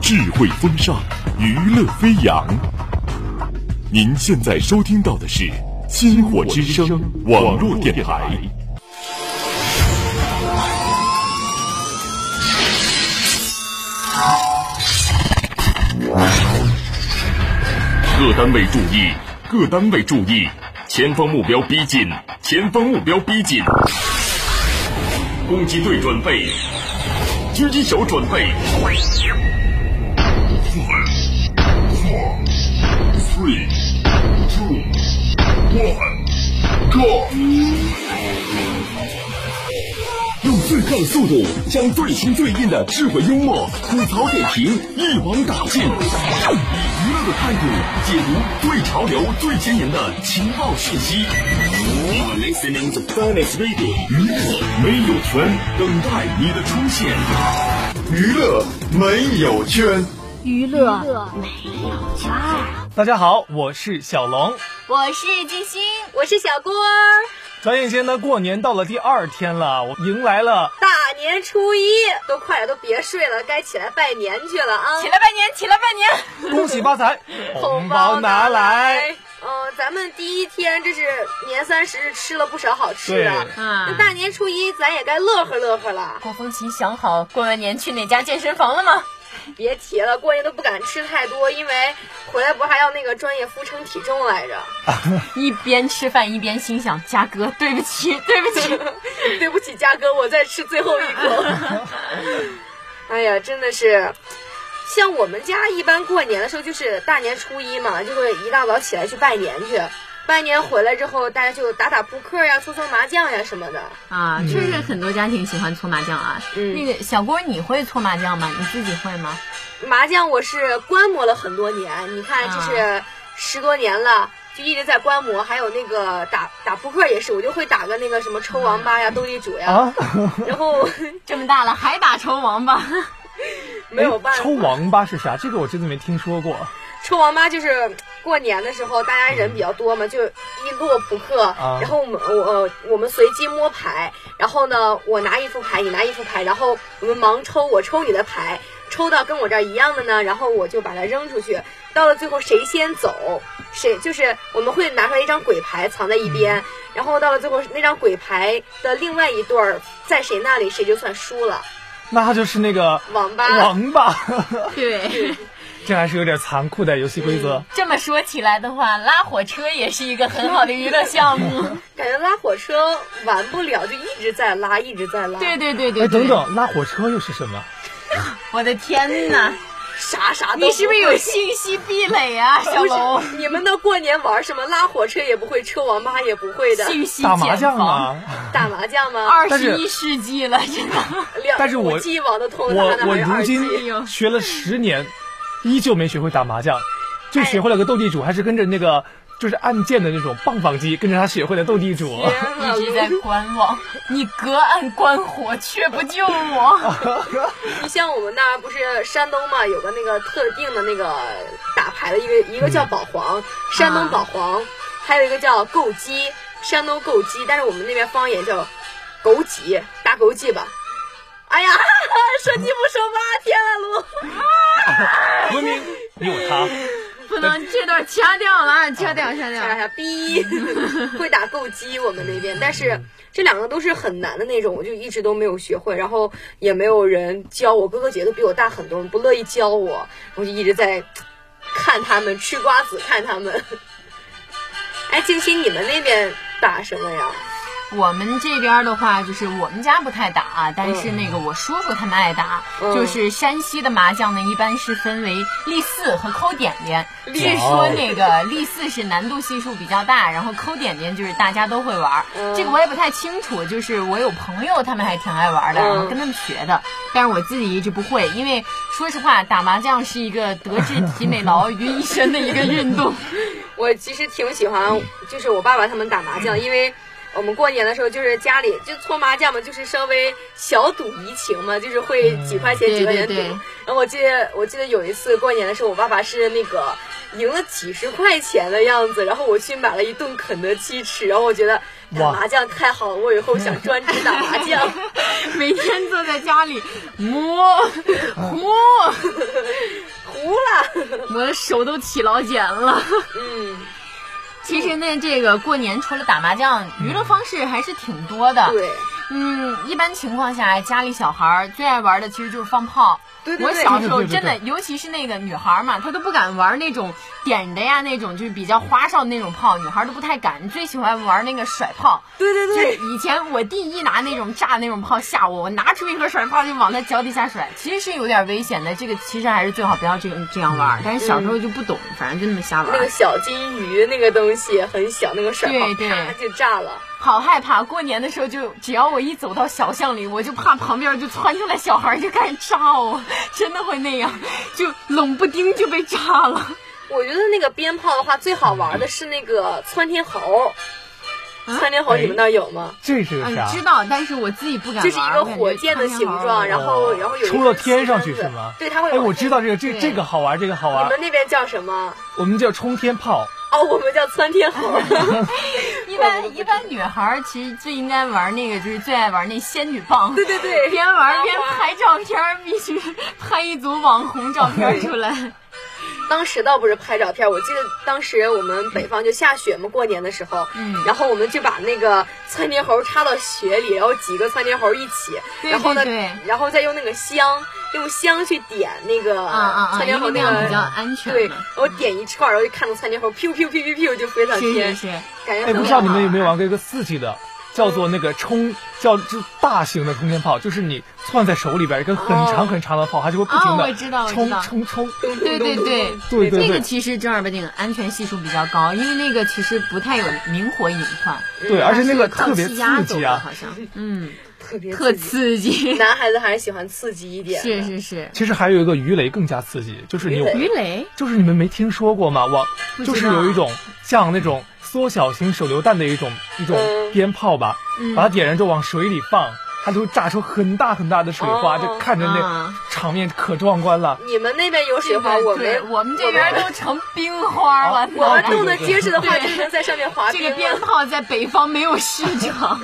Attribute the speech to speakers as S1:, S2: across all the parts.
S1: 智慧风尚，娱乐飞扬。您现在收听到的是《星火之声》网络电台。各单位注意，各单位注意，前方目标逼近，前方目标逼近。攻击队准备，狙击手准备。Three, two, one, go！用最快的速度，将最新最硬的智慧幽默、吐槽点评一网打尽，以娱乐的态度解读最潮流、最前沿的情报讯息。You are listening to Finest Radio，娱乐没有圈，等待你的出现。娱乐没有圈。
S2: 娱乐，
S3: 大家好，我是小龙。
S2: 我是静心，我是小郭儿。
S3: 转眼间呢，过年到了第二天了，我迎来了
S2: 大年初一，都快了，都别睡了，该起来拜年去了啊！
S4: 起来拜年，起来拜年！
S3: 恭喜发财，红包拿来。。
S2: 嗯、咱们第一天这是年三十吃了不少好吃的
S3: 对，
S4: 啊
S2: 那大年初一咱也该乐呵乐呵了。
S4: 郭风琴想好过完年去哪家健身房了吗？
S2: 别提了，过年都不敢吃太多，因为回来不是还要那个专业夫称体重来着？
S4: 一边吃饭一边心想：佳哥，对不起， 对不起。
S2: 对不起，嘉哥，我在吃最后一口。哎呀，真的是，像我们家一般过年的时候，就是大年初一嘛，就会一大早起来去拜年去。拜年回来之后，大家就打打扑克呀、搓搓麻将呀什么的。
S4: 啊，
S3: 嗯
S4: 确实很多家庭喜欢搓麻将啊。
S2: 嗯
S4: 那个小郭，你会搓麻将吗？你自己会吗？
S2: 麻将我是观摩了很多年，你看这是十多年了。就一直在观摩，还有那个打打扑克也是，我就会打个那个什么抽王八呀、斗地主呀，
S3: 啊，
S2: 然后
S4: 这么大了还打抽王八？
S2: 没有办法。
S3: 哎抽王八是啥？这个我真的没听说过。
S2: 抽王八就是过年的时候，大家人比较多嘛，就一摞扑克，
S3: 啊
S2: 然后我们我呃我们随机摸牌，然后呢，我拿一副牌，你拿一副牌，然后我们盲抽，我抽你的牌，抽到跟我这儿一样的呢，然后我就把它扔出去，到了最后谁先走，谁就是我们会拿出来一张鬼牌藏在一边，然后到了最后那张鬼牌的另外一对儿在谁那里，谁就算输了。
S3: 那就是那个
S2: 王八，
S3: 王八，
S4: 对，
S3: 这还是有点残酷的游戏规则。
S4: 这么说起来的话，拉火车也是一个很好的娱乐项目。
S2: 感觉拉火车完不了，就一直在拉，一直在拉。
S4: 对对对对
S3: 哎，
S4: 对
S3: 等，等，拉火车又是什么？
S4: 我的天哪，
S2: 啥啥都
S4: 你是不是有
S2: 会
S4: 信息壁垒啊， 小龙？
S2: 不是你们的过年玩什么？拉火车也不会，车王八也不会的，
S4: 信息
S3: 打麻
S4: 茧
S3: 将
S4: 房。
S3: 啊？
S2: 打麻将吗？
S4: 二
S3: 但
S4: 十
S3: 是
S4: 一世纪了，真的。
S2: 两
S3: 但是我
S2: 五 G 网的通，
S3: 我
S2: 他那
S3: 我
S2: 还是
S3: 如
S2: 二 G。
S3: 今学了十年，依旧没学会打麻将，就
S4: 哎
S3: 学会了个斗地主，还是跟着那个就是按键的那种棒棒机，跟着他学会的斗地主。
S2: 天呐
S4: 一直在观 望，你隔岸观火却不救我。
S2: 你像我们那儿不是山东嘛，有个那个特定的那个打牌的一个，一个叫保
S3: 嗯
S2: 皇，山东保皇，还有一个叫购鸡，山东购鸡，但是我们那边方言叫枸杞，打枸杞吧。哎呀， 说鸡不说八，天啊了噜！
S3: 文明，你有他。
S4: 不能，这段掐掉了啊，掐掉，掐
S2: 哎。呀，逼， 会打够鸡我们那边，但是这两个都是很难的那种，我就一直都没有学会，然后也没有人教我，哥哥姐姐都比我大很多，不乐意教我，我就一直在看他们吃瓜子，看他们。 哎，静心，你们那边打什么呀？
S4: 我们这边的话，就是我们家不太打，但是那个我叔叔他们爱打。
S2: 嗯
S4: 就是山西的麻将呢，一般是分为立四和抠点点。据
S3: 哦
S4: 说那个立四是难度系数比较大，然后抠点点就是大家都会玩儿。
S2: 嗯
S4: 这个我也不太清楚，就是我有朋友他们还挺爱玩的，
S2: 嗯
S4: 然后跟他们学的，但是我自己一直不会，因为说实话，打麻将是一个德智体美劳于一身的一个运动。
S2: 我其实挺喜欢，就是我爸爸他们打麻
S4: 嗯
S2: 将，因为我们过年的时候就是家里就搓麻将嘛，就是稍微小赌怡情嘛，就是会几块钱
S4: 嗯
S2: 几块钱赌。
S4: 对对对
S2: 然后我记得我记得有一次过年的时候，我爸爸是那个赢了几十块钱的样子，然后我去买了一顿肯德基吃，然后我觉得打
S3: 哇
S2: 麻将太好了，我以后想专职打麻将。
S4: 每天坐在家里摸摸，
S2: 糊了。
S4: 我的手都起老茧了。
S2: 嗯，
S4: 其实呢，这个过年除了打麻将，娱乐方式还是挺多的。
S2: 对，
S4: 嗯，一般情况下，家里小孩儿最爱玩的其实就是放炮。
S2: 对对
S4: 我
S2: 对
S4: 小时候
S3: 对对对
S4: 真的，尤其是那个女孩儿嘛，她都不敢玩那种点的呀，那种就是比较花哨的那种炮，女孩儿都不太敢，最喜欢玩那个甩炮。
S2: 对对
S4: 就是
S2: 对，
S4: 以前我弟一拿那种炸那种炮吓我，我拿出一盒甩炮就往他脚底下甩，其实是有点危险的。这个其实还是最好不要这这样玩儿，但是小时候就不懂，反正就那么瞎玩
S2: 嗯那个
S4: 儿，
S2: 小金鱼那个东西很小，那个甩炮
S4: 对对
S2: 啪就炸了。
S4: 好害怕。过年的时候就只要我一走到小巷里，我就怕旁边就窜出来小孩儿就开始炸我， 真的会那样，就冷不丁就被炸了。
S2: 我觉得那个鞭炮的话，最好玩的是那个窜天猴。
S4: 啊
S2: 窜天猴，你们那儿有吗？
S3: 这是个
S4: 嗯
S3: 啥，？
S4: 知道，但是我自己不敢玩儿。
S2: 就是一个
S4: 我感觉哦
S2: 火箭的
S4: 窜
S2: 形
S4: 天猴
S2: 状，然后然后有一
S3: 冲
S2: 根
S3: 到天上去
S2: 旗杆
S3: 是
S2: 子
S3: 吗
S2: 对，它会
S3: 哎，
S2: 往
S3: 我
S2: 天
S3: 知道这个，这
S4: 对
S3: 这个好玩，这个好
S2: 你
S3: 玩
S2: 们。那边叫什么？
S3: 我们叫冲天炮，
S2: 哦，我们叫窜天猴。
S4: 一
S2: 我都不
S4: 般
S2: 知
S4: 一般女孩儿其实最应该玩那个，就是最爱玩那仙女棒。
S2: 对对对，
S4: 边玩边
S2: 花
S4: 拍照片儿，必须拍一组网红照片儿出 来。
S2: 当时倒不是拍照片，我记得当时我们北方就下雪嘛，过年的时候，
S4: 嗯
S2: 然后我们就把那个窜天猴插到雪里，然后几个窜天猴一起，
S4: 对
S2: 然后呢
S4: 对对，
S2: 然后再用那个香，用香去点那个
S4: 啊啊啊！
S2: 窜
S4: 因
S2: 天猴
S4: 为那
S2: 那
S4: 样
S2: 个，
S4: 比较安全
S2: 对，
S4: 嘛。
S2: 我点一串，然后就看到窜天猴，piu piu piu piu piu 就飞上
S4: 是是
S2: 天，
S4: 是，啊
S2: 感觉
S3: 哎，
S2: 很
S3: 不知
S2: 好
S3: 道
S2: 玩
S3: 你们有没有玩过一个四级的，叫做那个冲，叫就大型的冲天炮，就是你攥在手里边一根很长很长的炮，它就会不停
S4: 哦哦，我
S3: 的
S4: 知道，我知
S3: 冲
S4: 道。
S3: 冲冲。
S2: 咚
S4: 对
S2: 咚
S4: 对
S2: 咚咚
S4: 对
S2: 咚，
S3: 对对
S4: 这个
S3: 对
S4: 其实正儿八经安全系数比较高，因为那个其实不太有明火隐患，
S3: 对，而且那个
S4: 嗯它是
S3: 特别
S4: 靠气压
S3: 刺
S4: 走
S3: 激
S4: 的，
S3: 啊。
S4: 好像，嗯，
S2: 特别
S4: 特
S2: 激。
S4: 刺 激，
S2: 男孩子还是喜欢刺激一点的，
S4: 是是是，
S3: 其实还有一个鱼雷更加刺激，就是你
S2: 鱼雷
S4: 鱼雷，
S3: 就是你们没听说过吗？网
S4: 不知道
S3: 就是有一种像那种缩小型手榴弹的一种一种
S2: 嗯
S3: 鞭炮吧，
S4: 嗯
S3: 把它点燃之后往水里放，它就会炸出很大很大的水花，
S2: 哦
S3: 就看着那
S4: 啊
S3: 场面可壮观了。
S2: 你们那边有水
S4: 这
S2: 花，
S4: 个
S2: 我
S4: 对
S2: 们
S4: 我们这边哦都成冰花了，
S2: 我们
S3: 对
S2: 弄得
S3: 对
S2: 结实的话，
S4: 对
S2: 就能在上面滑
S4: 这个
S2: 冰了
S4: 鞭炮在北方没有市 场。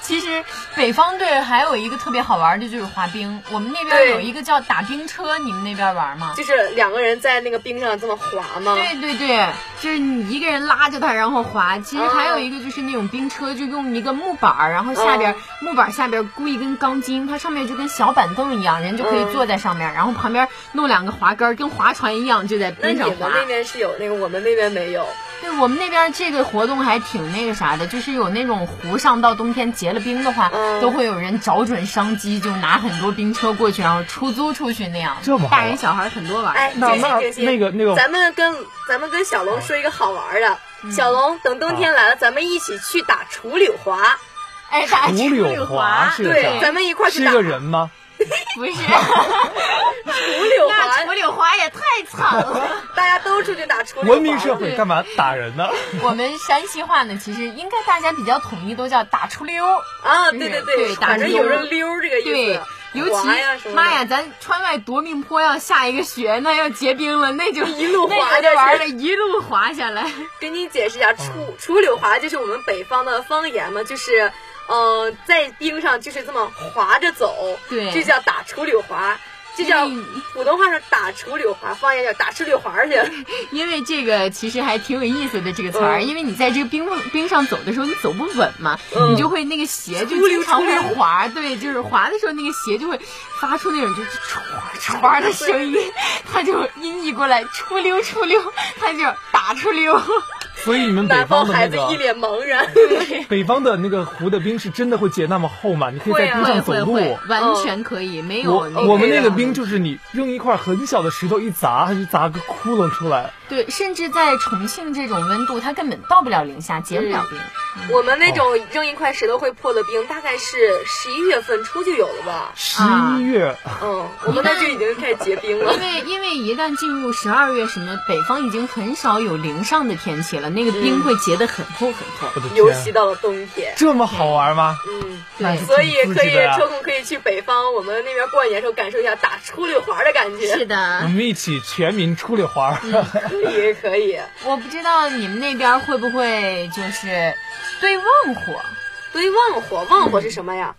S4: 其实北方队还有一个特别好玩的就是滑冰，我们那边
S2: 对
S4: 有一个叫打冰车，你们那边玩吗？
S2: 就是两个人在那个冰上这么滑吗？
S4: 对对对，就是你一个人拉着它然后滑。其实
S2: 哦
S4: 还有一个就是那种冰车，就用一个木板儿，然后下边、
S2: 哦
S4: 木板下边箍一根钢筋，它上面就跟小板凳一样，人就可以
S2: 嗯
S4: 坐在上面，然后旁边弄两个滑杆儿，跟划船一样就在
S2: 那
S4: 冰
S2: 你
S4: 上
S2: 们
S4: 滑。
S2: 那边是有那个，我们那边没有。
S4: 对我们那边这个活动还挺那个啥的，就是有那种湖上到冬天结了冰的话，
S2: 嗯
S4: 都会有人找准商机，就拿很多冰车过去，然后出租出去那样。
S3: 这么好啊
S4: 大人小孩很多玩儿。
S2: 哎，
S3: 那
S2: 静心
S3: 那
S2: 静心
S3: 那个那个
S2: 咱们跟咱们跟小龙说一个好玩的。
S4: 嗯
S2: 小龙，等冬天来了，咱们一起去打楚柳滑。
S4: 哎，打
S3: 竹
S4: 柳
S3: 柳
S4: 滑
S3: 滑是这
S2: 对，
S3: 样
S2: 咱们一块儿去
S3: 是一
S2: 打
S3: 个人吗？
S4: 不是？
S2: 楚柳
S4: 那
S2: 滑
S4: 竹，柳滑也太惨了。
S2: 大家都出去打楚柳滑。
S3: 文明社会干嘛打人 呢？
S4: 我们山西话呢，其实应该大家比较统一都叫打出溜儿。
S2: 啊，对对
S4: 对打
S2: 反正有
S4: 溜
S2: 人溜儿这个意
S4: 对
S2: 思。，
S4: 尤
S2: 滑呀
S4: 其
S2: 什么的
S4: 妈呀，，咱川外夺命坡要下一个雪，那要结冰了，那就
S2: 一路滑
S4: 那
S2: 下
S4: 就
S2: 去
S4: 玩了一路滑下来。
S2: 跟你解释一下，楚楚柳滑就是我们北方的方言嘛，就是，呃，在冰上就是这么滑着走，
S4: 对
S2: 这叫打楚柳滑，这叫
S4: 嗯
S2: 普通话是打楚柳滑，方言叫打吃柳滑去。
S4: 因为这个其实还挺有意思的这个词儿，
S2: 嗯
S4: 因为你在这个冰冰上走的时候，你走不稳嘛，
S2: 嗯
S4: 你就会那个鞋就经常会滑，对，就是滑的时候那个鞋就会发出那种就是歘歘的声音，它就音译过来出溜出溜，它就打出 溜。
S3: 所以你们北
S2: 南方
S3: 方的
S2: 孩
S3: 那
S2: 子
S3: 个
S2: 一脸茫然。
S3: 北方的那个湖的冰是真的会结那么厚吗？你可以在冰
S4: 会
S3: 上走
S4: 会
S3: 路。
S4: 会，完全可以，没有
S3: 我
S4: 那
S3: 我们那个
S4: 的
S3: 冰就是你扔一块很小的石头一砸，它就砸个窟窿出来。
S4: 对，甚至在重庆这种温度，它根本到不了零下，结不
S3: 嗯
S4: 了冰。
S2: 我们那种扔一块石头会破的冰，大概是十一月份初就有了吧？
S3: 十
S4: 啊
S3: 一月，啊
S2: 嗯，我们那就已经开始结冰了
S4: 因。为因为一旦进入十二月什么，北方已经很少有零上的天气了，那个冰会结得很厚很厚。
S3: 我的天
S2: 尤其到了冬天，
S3: 这么好玩吗？
S2: 嗯，
S3: 那
S4: 对
S3: 是
S2: 所以
S3: 挺刺
S2: 可
S3: 激
S2: 以
S3: 的呀
S2: 抽空可以去北方，我们那边过年的时候感受一下打出溜滑的感觉。
S4: 是
S3: 我
S4: 的，
S3: 们一起全民出溜滑儿。
S4: 嗯
S2: 可以可以，
S4: 我不知道你们那边会不会就是对旺火，
S2: 堆旺火，旺火是什么呀？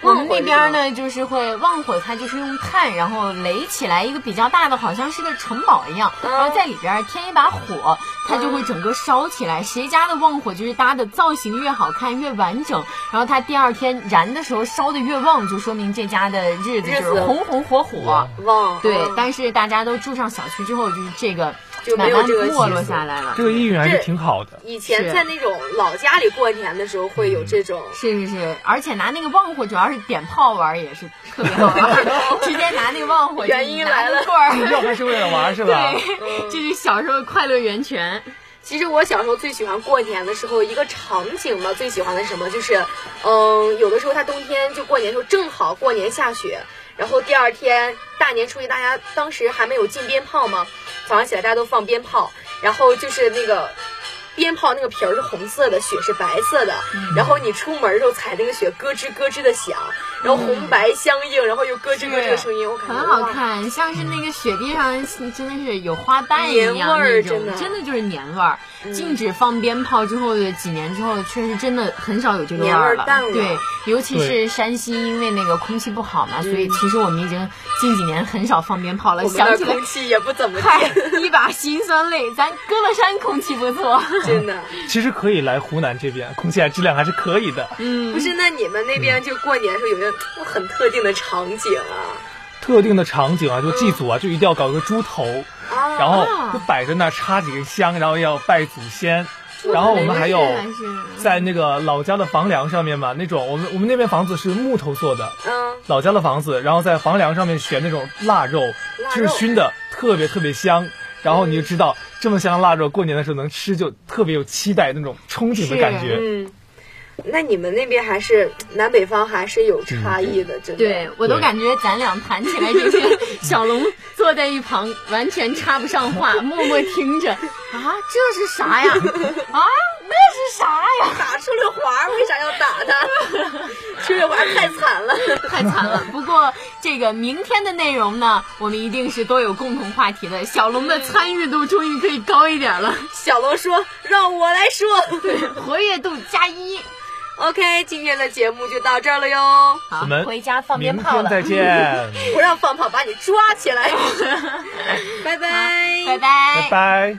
S4: 我
S2: 忘
S4: 们
S2: 火
S4: 那
S2: 是
S4: 边
S2: 吗？
S4: 呢，就是会旺火，它就是用炭，然后垒起来一个比较大的，好像是个城堡一样，
S2: 嗯
S4: 然后在里边添一把火，它就会整个烧起来。谁家的旺火就是搭的造型越好看越完整，然后它第二天燃的时候烧的越旺，就说明这家的日子
S2: 日
S4: 就
S2: 子
S4: 是红红火火。
S2: 忘
S4: 对
S2: 嗯，
S4: 但是大家都住上小区之后，就是这个
S2: 就没
S4: 慢
S2: 有
S4: 慢
S2: 这个
S4: 没
S2: 习
S4: 落
S2: 俗
S4: 下来了
S3: 这。个意蕴还是挺好的。
S2: 以前
S4: 是
S2: 在那种老家里过年的时候会有这种，
S3: 嗯
S4: 是是是，而且拿那个旺火主要是点炮玩儿也是特别好玩儿，直接拿那个旺火
S2: 原因
S4: 就是拿
S2: 来了
S4: 个棍儿，
S3: 主 要还是为了玩是吧？
S4: 对，这是小时候快乐源泉。
S2: 其实我小时候最喜欢过年的时候一个场景吧，最喜欢的是什么就是，嗯，有的时候它冬天就过年的时候正好过年下雪，然后第二天大年初一，大家当时还没有禁鞭炮嘛，早上起来大家都放鞭炮，然后就是那个。鞭炮那个皮儿是红色的，雪是白色的，
S4: 嗯
S2: 然后你出门的时候踩那个雪，咯吱咯吱的响，然后红白相映，然后又咯吱咯吱的声音，我感觉
S4: 嗯很好
S2: 哇
S4: 看，像是那个雪地上真的是有花瓣一
S2: 年
S4: 样
S2: 味儿
S4: 那种，
S2: 真的嗯
S4: 就是年味儿。禁止放鞭炮之后的几年之后，确实真的很少有这个
S2: 年味儿
S4: 了。
S2: 淡了
S4: 对，尤其
S3: 对
S4: 是山西，因为那个空气不好嘛，所以其实我们已经近几年很少放鞭炮
S2: 嗯
S4: 了。
S2: 我
S4: 想
S2: 们
S4: 起
S2: 的
S4: 来
S2: 空气也不怎么
S4: 嗨
S2: 地，，
S4: 一把辛酸泪，咱歌乐山空气不错。
S2: 真的。
S3: 其实可以来湖南这边，空气啊质量还是可以的。
S4: 嗯
S2: 不是，那你们那边就过年的时候有没有很特定的场景啊？
S3: 特定的场景啊，就祭祖啊，就一定要搞个猪头，
S2: 啊，
S3: 然后就摆在那儿插几根香，然后要拜祖先。然后我们还有在那个老家的房梁上面嘛，那种我们我们那边房子是木头做的，
S2: 嗯，
S3: 老家的房子，然后在房梁上面选那种腊肉，
S2: 腊
S3: 就是
S2: 肉
S3: 熏的，特别特别香。然后你就知道这么香的腊肉，过年的时候能吃，就特别有期待那种憧憬的
S4: 是
S3: 感觉。
S2: 嗯，那你们那边还是南北方还是有差异的，真的。
S4: 对，我都
S3: 对
S4: 感觉咱俩谈起来这些，小龙坐在一旁完全插不上话，默默听着。啊，这是啥 呀？啊，那是啥呀？
S2: 打出了花儿，为啥要打他？出了花儿太惨了。
S4: 太惨了。不过这个明天的内容呢，我们一定是都有共同话题的。小龙的参与度终于可以高一点了，
S2: 小龙说：“让我来说。
S4: 活跃度加一。”
S2: OK，今天的节目就到这儿了哟。
S4: 好
S3: 我，们
S4: 回家放鞭
S3: 明天
S4: 炮了。
S3: 再
S4: 哎
S3: 见，
S2: 不让放炮，把你抓起来。拜拜，
S4: 拜拜
S3: 拜拜。